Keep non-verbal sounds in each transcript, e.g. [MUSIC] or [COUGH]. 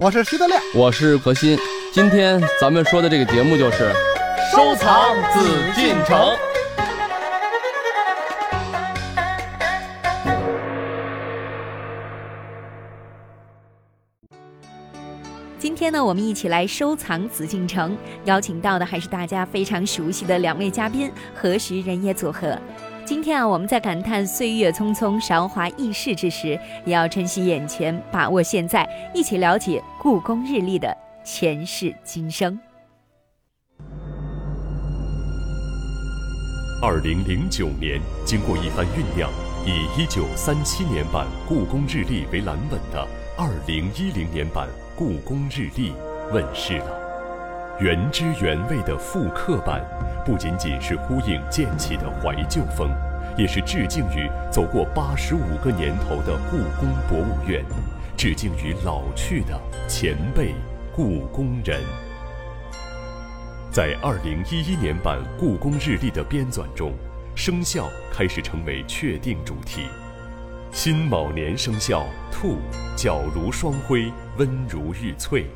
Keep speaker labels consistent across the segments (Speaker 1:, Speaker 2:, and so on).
Speaker 1: 我是徐德亮，
Speaker 2: 我是何鑫。今天咱们说的这个节目就是
Speaker 1: 收藏紫禁城。
Speaker 3: 今天呢，我们一起来收藏紫禁城，邀请到的还是大家非常熟悉的两位嘉宾——何时人也组合。今天啊，我们在感叹岁月匆匆、韶华易逝之时，也要珍惜眼前，把握现在，一起了解故宫日历的前世今生。
Speaker 4: 二零零九年，经过一番酝酿，以一九三七年版《故宫日历》为蓝本的二零一零年版《故宫日历》问世了。原汁原味的复刻版，不仅仅是呼应建起的怀旧风，也是致敬于走过八十五个年头的故宫博物院，致敬于老去的前辈故宫人。在二零一一年版《故宫日历》的编纂中，生肖开始成为确定主题。辛卯年生肖兔，角如双辉，温如玉翠。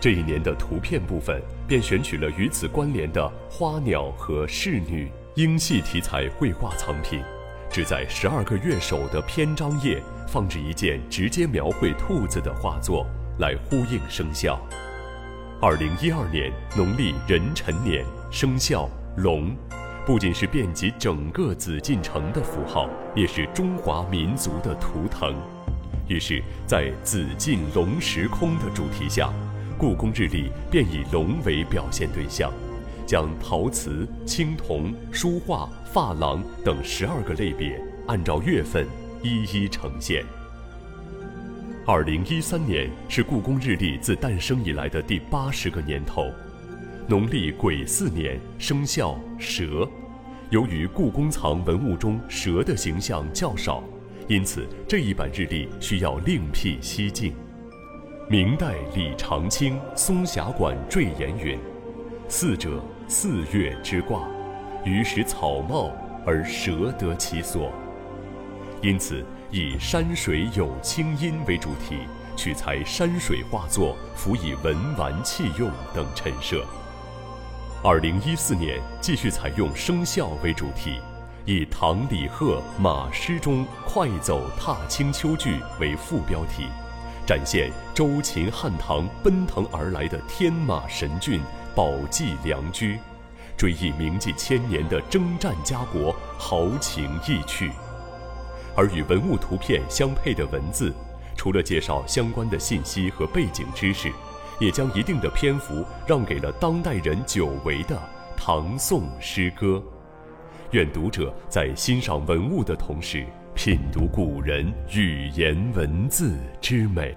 Speaker 4: 这一年的图片部分便选取了与此关联的花鸟和仕女、英系题材绘画藏品，只在十二个月首的篇章页放置一件直接描绘兔子的画作，来呼应生肖。二零一二年农历壬辰年，生肖龙，不仅是遍及整个紫禁城的符号，也是中华民族的图腾。于是，在“紫禁龙时空”的主题下，故宫日历便以龙为表现对象，将陶瓷、青铜、书画、珐琅等十二个类别按照月份一一呈现。二零一三年是故宫日历自诞生以来的第八十个年头，农历癸巳年生肖蛇。由于故宫藏文物中蛇的形象较少，因此这一版日历需要另辟蹊径。明代李长卿《松霞馆坠言》云：“四者，四月之卦，予使草茂而蛇得其所。”因此，以山水有清音为主题，取材山水画作，辅以文玩器用等陈设。二零一四年继续采用生肖为主题，以唐李贺《马诗》中“快走踏青秋句”为副标题，展现周秦汉唐奔腾而来的天马神骏、宝骑良驹，追忆铭记千年的征战家国豪情逸趣。而与文物图片相配的文字，除了介绍相关的信息和背景知识，也将一定的篇幅让给了当代人久违的唐宋诗歌。愿读者在欣赏文物的同时，品读古人语言文字之美。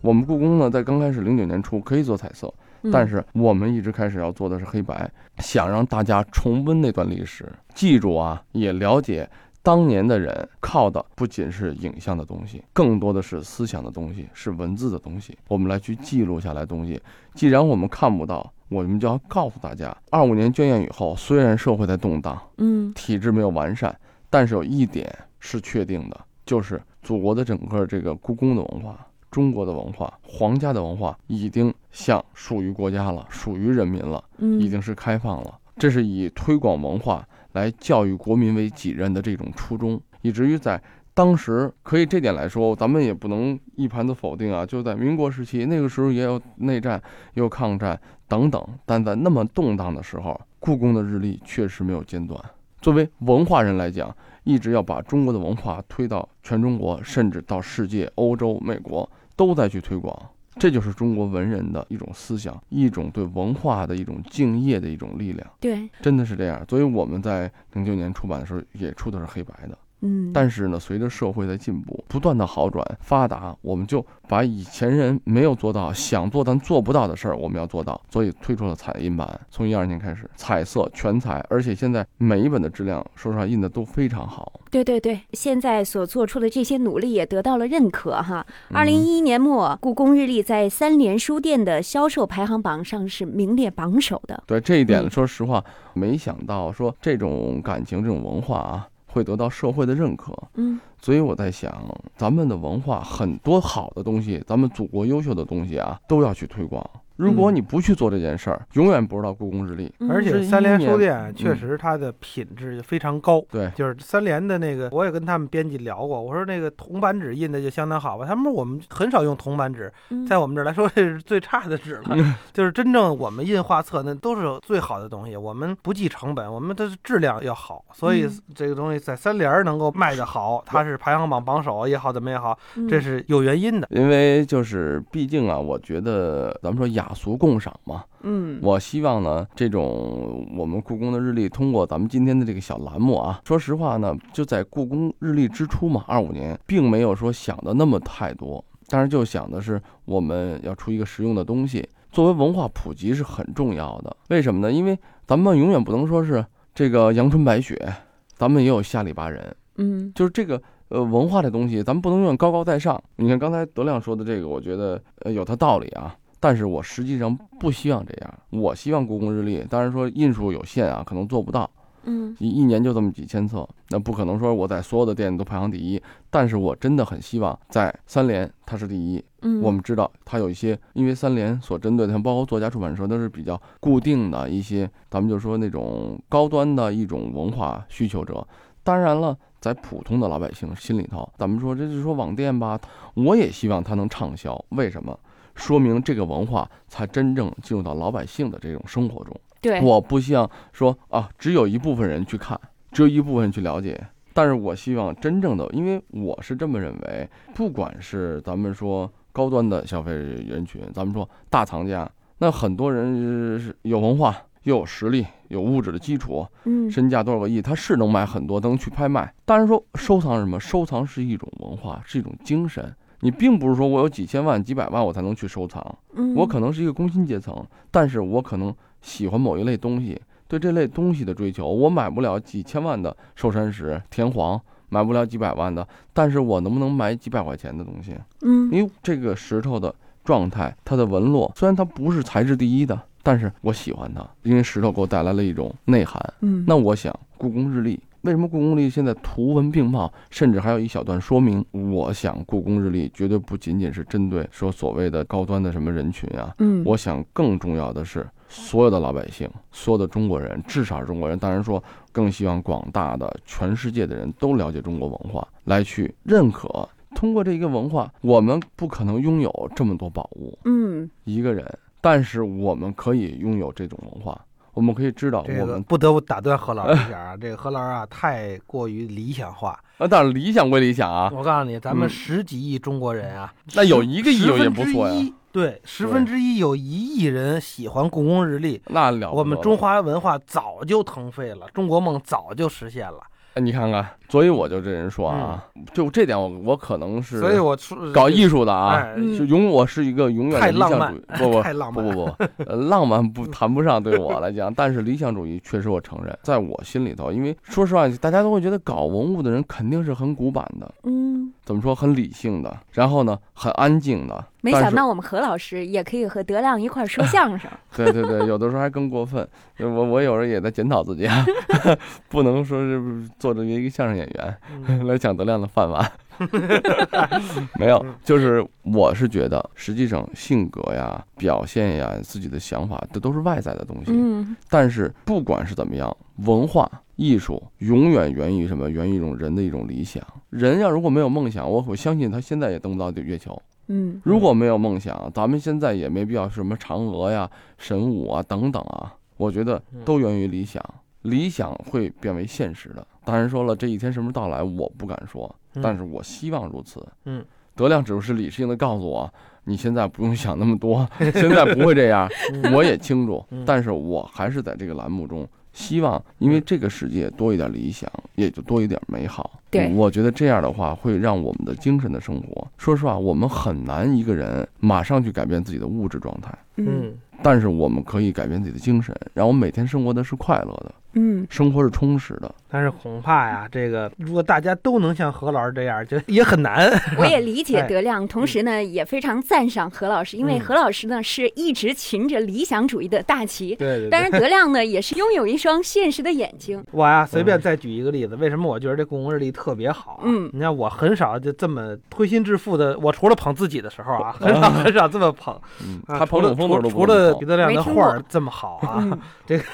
Speaker 2: 我们故宫呢，在刚开始零九年初可以做彩色，
Speaker 5: 嗯
Speaker 2: 但是我们一直开始要做的是黑白，想让大家重温那段历史，记住啊，也了解当年的人靠的不仅是影像的东西，更多的是思想的东西，是文字的东西，我们来去记录下来的东西。既然我们看不到，我们就要告诉大家，二五年捐献以后，虽然社会在动荡，
Speaker 3: 嗯
Speaker 2: 体制没有完善，但是有一点是确定的，就是祖国的整个这个故宫的文化、中国的文化、皇家的文化已经向属于国家了，属于人民了，
Speaker 3: 嗯
Speaker 2: 已经是开放了。这是以推广文化来教育国民为己任的这种初衷，以至于在当时可以这点来说，咱们也不能一盘子否定啊。就在民国时期，那个时候也有内战，也有抗战等等，但在那么动荡的时候，故宫的日历确实没有间断。作为文化人来讲，一直要把中国的文化推到全中国，甚至到世界、欧洲、美国都在去推广。这就是中国文人的一种思想，一种对文化的一种敬业的一种力量，
Speaker 3: 对，
Speaker 2: 真的是这样。所以我们在零九年出版的时候也出的是黑白的，
Speaker 3: 嗯，
Speaker 2: 但是呢，随着社会的进步，不断的好转发达，我们就把以前人没有做到、想做但做不到的事儿，我们要做到，所以推出了彩印版。从一二年开始，彩色全彩，而且现在每一本的质量，说实话印的都非常好。
Speaker 5: 对对对，现在所做出的这些努力也得到了认可哈。
Speaker 2: 嗯
Speaker 5: 二零一一年末，故宫日历在三联书店的销售排行榜上是名列榜首的。
Speaker 2: 对这一点，
Speaker 5: 嗯
Speaker 2: 说实话，没想到说这种感情、这种文化啊，会得到社会的认可。
Speaker 5: 嗯
Speaker 2: 所以我在想，咱们的文化很多好的东西，咱们祖国优秀的东西啊，都要去推广。如果
Speaker 1: 嗯
Speaker 2: 你不去做这件事儿，永远不知道故宫日历。
Speaker 5: 嗯
Speaker 1: 而且
Speaker 2: 是
Speaker 1: 三联书店
Speaker 2: 嗯
Speaker 1: 确实它的品质非常高。
Speaker 2: 对
Speaker 1: 就是三联的那个，我也跟他们编辑聊过，我说那个铜版纸印的就相当好吧，他们说我们很少用铜版纸，
Speaker 5: 嗯
Speaker 1: 在我们这儿来说这是最差的纸
Speaker 2: 嗯
Speaker 1: 了， [LAUGHS] 就是真正我们印画册那都是最好的东西，我们不计成本，我们的质量要好，所以
Speaker 5: 嗯
Speaker 1: 这个东西在三联儿能够卖得好，它是排行榜榜首也好，怎么也好，
Speaker 5: 嗯
Speaker 1: 这是有原因的。
Speaker 2: 因为就是毕竟啊，我觉得咱们说雅俗共赏嘛，
Speaker 5: 嗯
Speaker 2: 我希望呢，这种我们故宫的日历，通过咱们今天的这个小栏目啊，说实话呢，就在故宫日历之初嘛，二五年，并没有说想的那么太多，但是就想的是我们要出一个实用的东西，作为文化普及是很重要的。为什么呢？因为咱们永远不能说是这个阳春白雪，咱们也有下里巴人，
Speaker 5: 嗯
Speaker 2: 就是这个呃文化这东西，咱们不能永远高高在上。你看刚才德亮说的这个，我觉得呃有他道理啊，但是我实际上不希望这样，我希望故宫日历，当然说印数有限啊，可能做不到，
Speaker 5: 嗯
Speaker 2: 一一年就这么几千册，那不可能说我在所有的店都排行第一，但是我真的很希望在三联它是第一，
Speaker 5: 嗯，
Speaker 2: 我们知道它有一些，因为三联所针对的，像包括作家出版社，都是比较固定的一些，咱们就说那种高端的一种文化需求者。当然了，在普通的老百姓心里头，咱们说这就是说网店吧，我也希望它能畅销。为什么？说明这个文化才真正进入到老百姓的这种生活中。
Speaker 5: 对，
Speaker 2: 我不像说啊，只有一部分人去看，只有一部分人去了解。但是我希望真正的，因为我是这么认为，不管是咱们说高端的消费人群，咱们说大藏家，那很多人是有文化、又有实力、有物质的基础，
Speaker 5: 嗯
Speaker 2: 身价多少个亿，他是能买很多，能去拍卖。但是说收藏是什么？收藏是一种文化，是一种精神。你并不是说我有几千万、几百万我才能去收藏，
Speaker 5: 嗯
Speaker 2: 我可能是一个工薪阶层，但是我可能喜欢某一类东西，对这类东西的追求，我买不了几千万的寿山石、田黄，买不了几百万的，但是我能不能买几百块钱的东西？
Speaker 5: 嗯
Speaker 2: 因为这个石头的状态，它的纹路，虽然它不是材质第一的，但是我喜欢它，因为石头给我带来了一种内涵。
Speaker 5: 嗯
Speaker 2: 那我想，故宫日历为什么故宫日历现在图文并茂，甚至还有一小段说明？我想，故宫日历绝对不仅仅是针对说所谓的高端的什么人群啊，
Speaker 5: 嗯
Speaker 2: 我想更重要的是，所有的老百姓，所有的中国人，至少是中国人，当然说更希望广大的全世界的人都了解中国文化，来去认可。通过这一个文化，我们不可能拥有这么多宝物，
Speaker 5: 嗯
Speaker 2: 一个人，但是我们可以拥有这种文化，我们可以知道
Speaker 1: 这
Speaker 2: 我
Speaker 1: 个
Speaker 2: 们
Speaker 1: 不得不打断何老师一
Speaker 2: [LAUGHS]
Speaker 1: 下啊，这个何老师啊太过于理想化。
Speaker 2: 啊，当然理想归理想啊，
Speaker 1: 我告诉你，咱
Speaker 2: 嗯
Speaker 1: 们十几亿中国人啊，
Speaker 2: 那有一个亿
Speaker 1: 十分
Speaker 2: 也不错呀，
Speaker 1: 之一。对，十分之一有一亿人喜欢故宫日历，
Speaker 2: 那了不
Speaker 1: 我们中
Speaker 2: 得
Speaker 1: 华文化早就腾飞了，中国梦早就实现了。
Speaker 2: 哎你看看，所以我就这人说啊，就这点我我可能是
Speaker 1: 嗯所以我说
Speaker 2: 搞艺术的啊，
Speaker 1: 哎
Speaker 5: 嗯
Speaker 2: 就永我是一个永远的
Speaker 1: 太
Speaker 2: 理
Speaker 1: 浪
Speaker 2: 想
Speaker 1: 漫
Speaker 2: 主义，不不
Speaker 1: 太浪
Speaker 2: 不
Speaker 1: 漫
Speaker 2: 不不，呃， [LAUGHS] 浪漫不谈不上对我来讲，但是理想主义确实我承认，在我心里头，因为说实话，大家都会觉得搞文物的人肯定是很古板的，
Speaker 5: 嗯，
Speaker 2: 怎么说很理性的，然后呢很安静的，
Speaker 5: 没
Speaker 2: 但
Speaker 5: 想
Speaker 2: 是啊
Speaker 5: 到我们何老师也可以和德亮一块儿说相声，
Speaker 2: [LAUGHS] 对对对，有的时候还更过分。我我有时候也在检讨自己啊， [LAUGHS] 不能说是做这么一个相声演员来抢德亮的饭碗。 [LAUGHS] 没有，就是我是觉得，实际上性格呀、表现呀、自己的想法，这都是外在的东西。
Speaker 5: 嗯
Speaker 2: 但是不管是怎么样，文化艺术永远源于什么？源于一种人的一种理想。人要如果没有梦想，我我相信他现在也登不到月球。
Speaker 5: 嗯
Speaker 2: 如果没有梦想，咱们现在也没必要什么嫦娥呀、神武啊等等啊。我觉得
Speaker 1: 嗯
Speaker 2: 都源于理想，理想会变为现实的。当然说了，这一天什么时候到来，我不敢说，
Speaker 1: 嗯
Speaker 2: 但是我希望如此。
Speaker 1: 嗯，
Speaker 2: 德亮只是理性的告诉我，你现在不用想那么
Speaker 1: [LAUGHS]
Speaker 2: 多，现在不会这样，我也清楚
Speaker 1: 嗯。
Speaker 2: 但是我还是在这个栏目中。希望，因为这个世界多一点理想，也就多一点美好。
Speaker 5: 对
Speaker 2: 我觉得这样的话会让我们的精神的生活，说实话，我们很难一个人马上去改变自己的物质状态，
Speaker 5: 嗯
Speaker 1: 嗯，
Speaker 2: 但是我们可以改变自己的精神，让我们每天生活的是快乐的。
Speaker 1: [LAUGHS]
Speaker 5: 嗯，
Speaker 2: 生活是充实的。
Speaker 1: 但是恐怕呀，这个如果大家都能像何老师这样，就也很
Speaker 2: [LAUGHS]
Speaker 1: 难。
Speaker 5: 我也理解
Speaker 1: 哎
Speaker 5: 德亮，同时呢也非常赞赏何老师，因为
Speaker 1: 嗯
Speaker 5: 何老师呢是一直擎着理想主义的大旗。
Speaker 1: 对对
Speaker 5: 当然，德亮呢也是拥有一双现实的眼睛。
Speaker 1: 我呀，随便再举一个例子，为什么我觉得这故宫日历特别好、啊？
Speaker 5: 嗯
Speaker 1: 你看我很少就这么推心置腹的，我除了捧自己的
Speaker 2: [LAUGHS]
Speaker 1: 时候啊，很少很少这么捧。
Speaker 2: 嗯，
Speaker 1: 啊、
Speaker 2: 他
Speaker 1: 除
Speaker 2: 彭
Speaker 1: 了
Speaker 2: 总风头
Speaker 1: 除
Speaker 2: 都
Speaker 1: 除
Speaker 2: 不
Speaker 1: 了
Speaker 2: 能
Speaker 1: 彼
Speaker 2: 碰
Speaker 1: 得亮的
Speaker 5: 没听
Speaker 1: 画
Speaker 5: 过
Speaker 1: 儿这么好
Speaker 2: [LAUGHS]
Speaker 1: 啊，
Speaker 5: 嗯，
Speaker 1: [LAUGHS]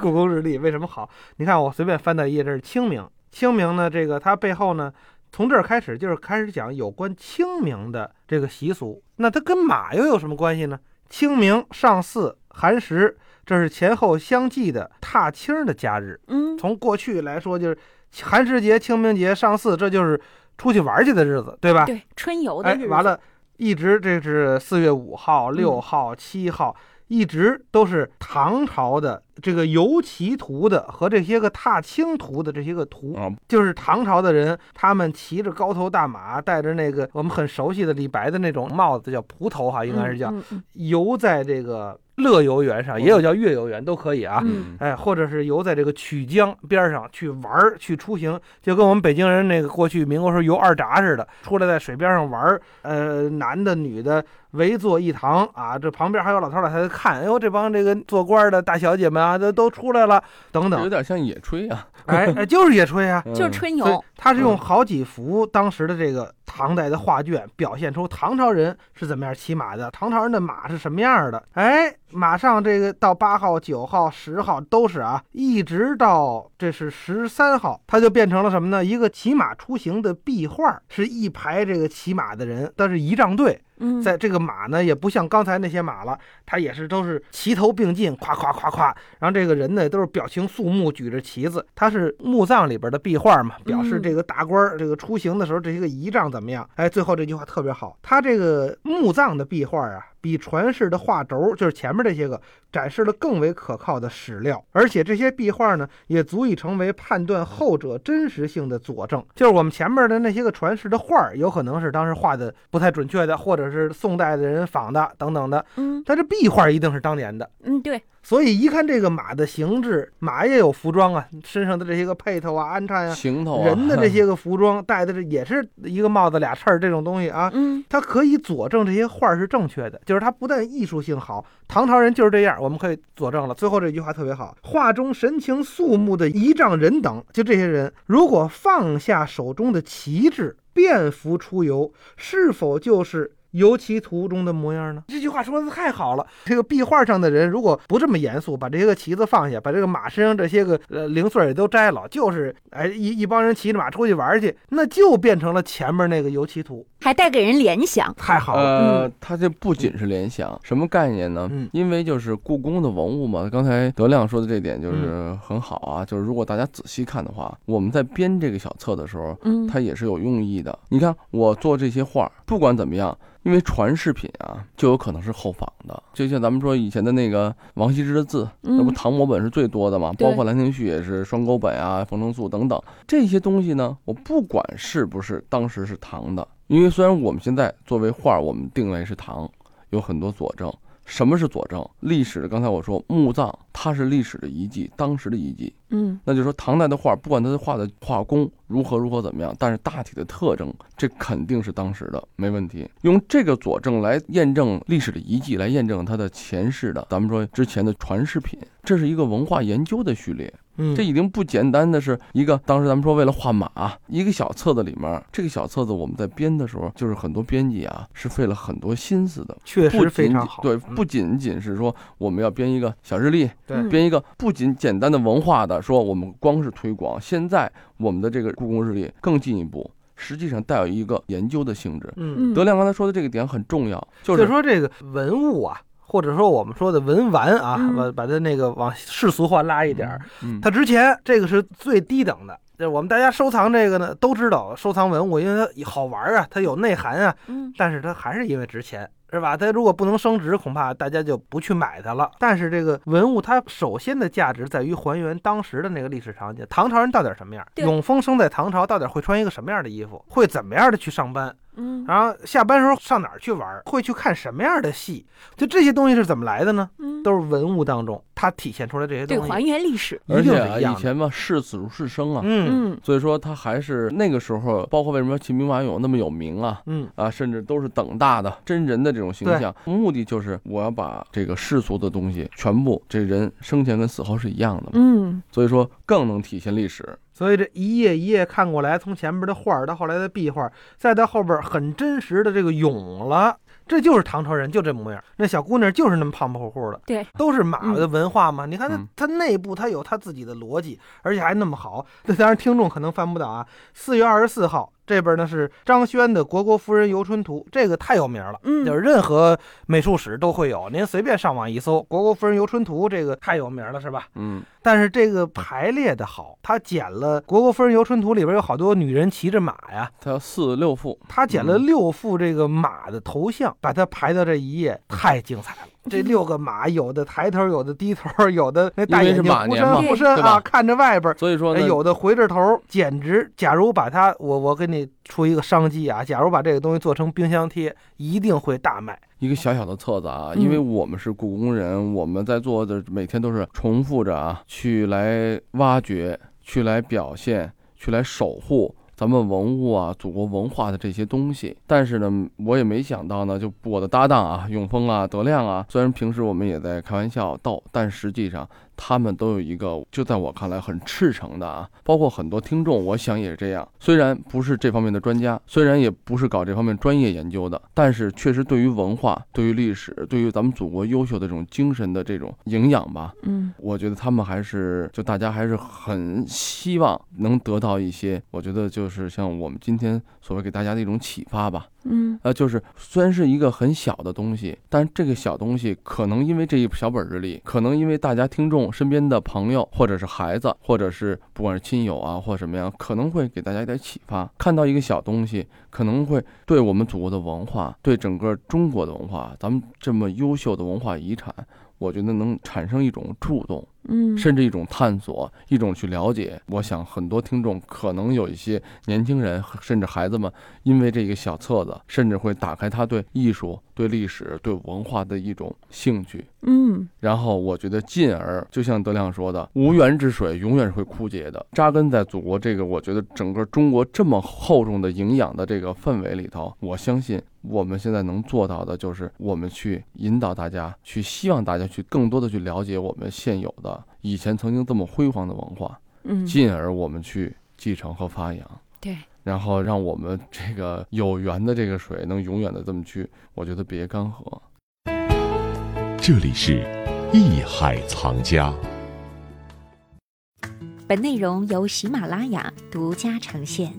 Speaker 1: 故宫日历为什么好？你看我随便翻到一页，这是清明。清明呢，这个它背后呢，从这儿开始就是开始讲有关清明的这个习俗。那它跟马又有什么关系呢？清明上巳寒食，这是前后相继的踏青儿的假日。
Speaker 5: 嗯，
Speaker 1: 从过去来说，就是寒食节、清明节、上巳，这就是出去玩儿去的日子，对吧？
Speaker 5: 对，春游的
Speaker 1: 哎
Speaker 5: 日，子。
Speaker 1: 完，了，一直这是四月五号、
Speaker 5: 嗯
Speaker 1: 六号、七号，一直都是唐朝的这个游骑图的和这些个踏青图的这些个图，
Speaker 2: 啊，
Speaker 1: 就是唐朝的人，他们骑着高头大马，戴着那个我们很熟悉的李白的那种帽子，叫蒲头哈，应该是叫、
Speaker 5: 嗯嗯
Speaker 1: 游在这个乐游原上，也有叫月游原，都可以啊。
Speaker 5: 嗯
Speaker 1: 哎，或者是游在这个曲江边儿上去玩儿、去出行，就跟我们北京人那个过去民国时候游二闸似的，出来在水边上玩儿，呃，男的女的围坐一堂啊，这旁边还有老头儿老太太看，哎呦，这帮这个做官儿的大小姐们啊，都都出来了，等
Speaker 2: 这有
Speaker 1: 等，
Speaker 2: 点像野炊啊，
Speaker 1: 哎哎， [LAUGHS] 就是野炊啊。
Speaker 5: 嗯就是春
Speaker 1: 所以
Speaker 5: 游。
Speaker 1: 他是用
Speaker 2: 嗯
Speaker 1: 好几幅当时的这个唐代的画卷，表现出唐朝人是怎么样骑马的，唐朝人的马是什么样的。哎，马上这个到八号、九号、十号都是啊，一直到这是十三号，它就变成了什么呢？一个骑马出行的壁画，是一排这个骑马的人，但是仪仗队，
Speaker 5: 嗯，
Speaker 1: 在这个马呢也不像刚才那些马了，它也是都是齐头并进，夸夸夸夸。然后这个人呢都是表情肃穆，举着旗子，它是墓葬里边的壁画嘛，表示这个大官儿这个出行的时候这些个仪仗怎么样。哎，最后这句话特别好，它这个墓葬的壁画啊，比传世的画轴就是前面这些个展示了更为可靠的史料，而且这些壁画呢，也足以成为判断后者真实性的佐证。就是我们前面的那些个传世的画儿，有可能是当时画的不太准确的，或者是宋代的人仿的等等的，
Speaker 5: 嗯
Speaker 1: 但这壁画一定是当年的。
Speaker 5: 嗯，对，
Speaker 1: 所以一看这个马的形制，马也有服装啊，身上的这些个配头啊、鞍鞯呀、
Speaker 2: 行头啊， [LAUGHS]
Speaker 1: 人的这些个服装戴的这也是一个帽子俩翅儿这种东西啊，
Speaker 5: 嗯
Speaker 1: 它可以佐证这些画儿是正确的，就是它不但艺术性好，唐朝人就是这样，我们可以佐证了。最后这句话特别好，画中神情肃穆的仪仗人等，就这些人，如果放下手中的旗帜，便服出游，是否就是？游其途中的模样呢？这句话说的太好了。这个壁画上的人如果不这么严肃，把这些个旗子放下，把这个马身上这些个呃零碎儿也都摘了，就是哎一一帮人骑着马出去玩儿去，那就变成了前面那个游其途。
Speaker 5: 还带给人联想。
Speaker 1: 太好了，
Speaker 2: [LAUGHS] 呃，它这不仅是联想，什么概念呢？
Speaker 1: 嗯
Speaker 2: 因为就是故宫的文物嘛，刚才德亮说的这点就是
Speaker 1: 嗯
Speaker 2: 很好啊，就是如果大家仔细看的话，我们在编这个小册的时候，
Speaker 5: 嗯，
Speaker 2: 它也是有用意的。你看我做这些画儿，不管怎么样，因为传世品啊，就有可能是后仿的。就像咱们说以前的那个王羲之的字，那不
Speaker 5: 嗯
Speaker 2: 唐摹本是最多的嘛，
Speaker 5: 对
Speaker 2: 包括兰亭序也是双钩本啊、冯承素等等这些东西呢，我不管是不是当时是唐的，因为虽然我们现在作为画儿，我们定位是唐，有很多佐证。什么是佐证？历史的，刚才我说墓葬，它是历史的遗迹，当时的遗迹。
Speaker 1: 呃
Speaker 5: 嗯
Speaker 2: 那就是说，唐代的画，不管它画的画工如何如何怎么样，但是大体的特征，这肯定是当时的，没问题。用这个佐证来验证历史的遗迹，来验证它的前世的，咱们说之前的传世品，这是一个文化研究的序列。
Speaker 1: 嗯
Speaker 2: 这已经不简单的是一个，当时咱们说为了画马，一个小册子里面，这个小册子我们在编的时候，就是很多编辑啊是费了很多心思的，
Speaker 1: 确
Speaker 2: 不
Speaker 1: 实
Speaker 2: 仅
Speaker 1: 非
Speaker 2: 仅
Speaker 1: 常好。
Speaker 2: 对，
Speaker 1: 嗯
Speaker 2: 不仅仅是说我们要编一个小日历，
Speaker 1: 对
Speaker 5: 嗯
Speaker 2: 编一个不仅简单的文化的，说我们光是推广，现在我们的这个故宫日历更进一步，实际上带有一个研究的性质。
Speaker 1: 嗯，
Speaker 5: 嗯，
Speaker 2: 德亮刚才说的这个点很重要，就
Speaker 1: 就是
Speaker 2: 是
Speaker 1: 说这个文物啊，或者说我们说的文玩啊，
Speaker 5: 嗯
Speaker 1: 把把它那个往世俗化拉一点儿，
Speaker 2: 嗯，
Speaker 1: 它值钱，这个是最低等的。就是我们大家收藏这个呢，都知道收藏文物，因为它好玩儿啊，它有内涵啊，
Speaker 5: 嗯
Speaker 1: 但是它还是因为值钱，是吧？它如果不能升值，恐怕大家就不去买它了。但是这个文物，它首先的价值在于还原当时的那个历史场景，唐朝人到底什么样？
Speaker 5: 对
Speaker 1: 永丰生在唐朝，到底会穿一个什么样的衣服？会怎么样的去上班？
Speaker 5: 嗯
Speaker 1: 然后下班时候上哪儿去玩儿，会去看什么样的戏，就这些东西是怎么来的呢？
Speaker 5: 嗯，
Speaker 1: 都是文物当中它体现出来这些
Speaker 5: 对，
Speaker 1: 东
Speaker 5: 还
Speaker 1: 西，
Speaker 5: 原历史，
Speaker 1: 一
Speaker 2: 而
Speaker 1: 定
Speaker 2: 且
Speaker 1: 是
Speaker 2: 啊，
Speaker 1: 一样
Speaker 2: 以
Speaker 1: 的。
Speaker 2: 前嘛，视死如是生啊，
Speaker 1: 嗯
Speaker 5: 嗯
Speaker 2: 所以说他还是那个时候，包括为什么秦兵马俑那么有名啊。
Speaker 1: 嗯
Speaker 2: 啊，甚至都是等大的真人的这种形
Speaker 1: 对
Speaker 2: 象，目的就是我要把这个世俗的东西全部，这人生前跟死后是一样的嘛，
Speaker 5: 嗯
Speaker 2: 所以说更能体现历史。
Speaker 1: 所以这一页一页看过来，从前边的画儿到后来的壁画，再到后边儿很真实的这个俑了，这就是唐朝人就这模样。那小姑娘就是那么胖胖乎乎的，
Speaker 5: 对，
Speaker 1: 都是马的文化嘛。你看它
Speaker 2: 嗯
Speaker 1: 它内部它有它自己的逻辑，而且还那么好。那当然听众可能翻不到啊。四月二十四号这边呢是张轩的《国国夫人游春图》，这个太有名了。
Speaker 5: 嗯，
Speaker 1: 就是任何美术史都会有，您随便上网一搜《国国夫人游春图》，这个太有名了，是吧？
Speaker 2: 嗯，
Speaker 1: 但是这个排列的好，他剪了《国国夫人游春图》里边有好多女人骑着马呀，
Speaker 2: 他四六副，
Speaker 1: 他剪
Speaker 2: 嗯
Speaker 1: 了六幅这个马的头像，把它排到这一页，太精彩了。这六个马，有的抬头，有的低头，有的那大
Speaker 2: 因为
Speaker 1: 眼
Speaker 2: 是
Speaker 1: 睛
Speaker 2: 马
Speaker 1: 忽
Speaker 2: 年
Speaker 1: 闪
Speaker 2: 嘛
Speaker 1: 忽闪
Speaker 2: 对
Speaker 1: 啊，
Speaker 2: 吧
Speaker 1: 看着外边。
Speaker 2: 所以说
Speaker 1: 哎
Speaker 2: 呢，
Speaker 1: 有的回着头，简直！假如把它，我我给你出一个商机啊！假如把这个东西做成冰箱贴，一定会大卖。
Speaker 2: 一个小小的册子啊，
Speaker 1: 嗯
Speaker 2: 因为我们是故宫人，我们在做的每天都是重复着啊，去来挖掘、去来表现、去来守护咱们文物啊、祖国文化的这些东西。但是呢，我也没想到呢，就我的搭档啊，永峰啊、德亮啊，虽然平时我们也在开玩笑逗，但实际上他们都有一个，就在我看来很赤诚的啊，包括很多听众，我想也是这样。虽然不是这方面的专家，虽然也不是搞这方面专业研究的，但是确实对于文化、对于历史、对于咱们祖国优秀的这种精神的这种营养吧，
Speaker 5: 嗯
Speaker 2: 我觉得他们还是就大家还是很希望能得到一些，我觉得就是像我们今天所谓给大家的一种启发吧。
Speaker 5: 嗯
Speaker 2: 呃，就是虽然是一个很小的东西，但这个小东西可能因为这一小本日历，可能因为大家听众身边的朋友，或者是孩子，或者是不管是亲友啊，或者什么样，可能会给大家一点启发。看到一个小东西，可能会对我们祖国的文化，对整个中国的文化，咱们这么优秀的文化遗产，我觉得能产生一种触动。
Speaker 5: 嗯，
Speaker 2: 甚至一种探索，一种去了解。我想很多听众可能有一些年轻人，甚至孩子们，因为这个小册子，甚至会打开他对艺术、对历史、对文化的一种兴趣。
Speaker 5: 嗯
Speaker 2: 然后我觉得，进而就像德亮说的，无源之水永远是会枯竭的。扎根在祖国这个，我觉得整个中国这么厚重的营养的这个氛围里头，我相信我们现在能做到的就是，我们去引导大家，去希望大家去更多的去了解我们现有的以前曾经这么辉煌的文化，
Speaker 5: 嗯，
Speaker 2: 进而我们去继承和发扬。
Speaker 5: 对。
Speaker 2: 然后让我们这个有缘的这个水能永远的这么去，我觉得别干涸。
Speaker 4: 这里是艺海藏家。
Speaker 3: 本内容由喜马拉雅独家呈现。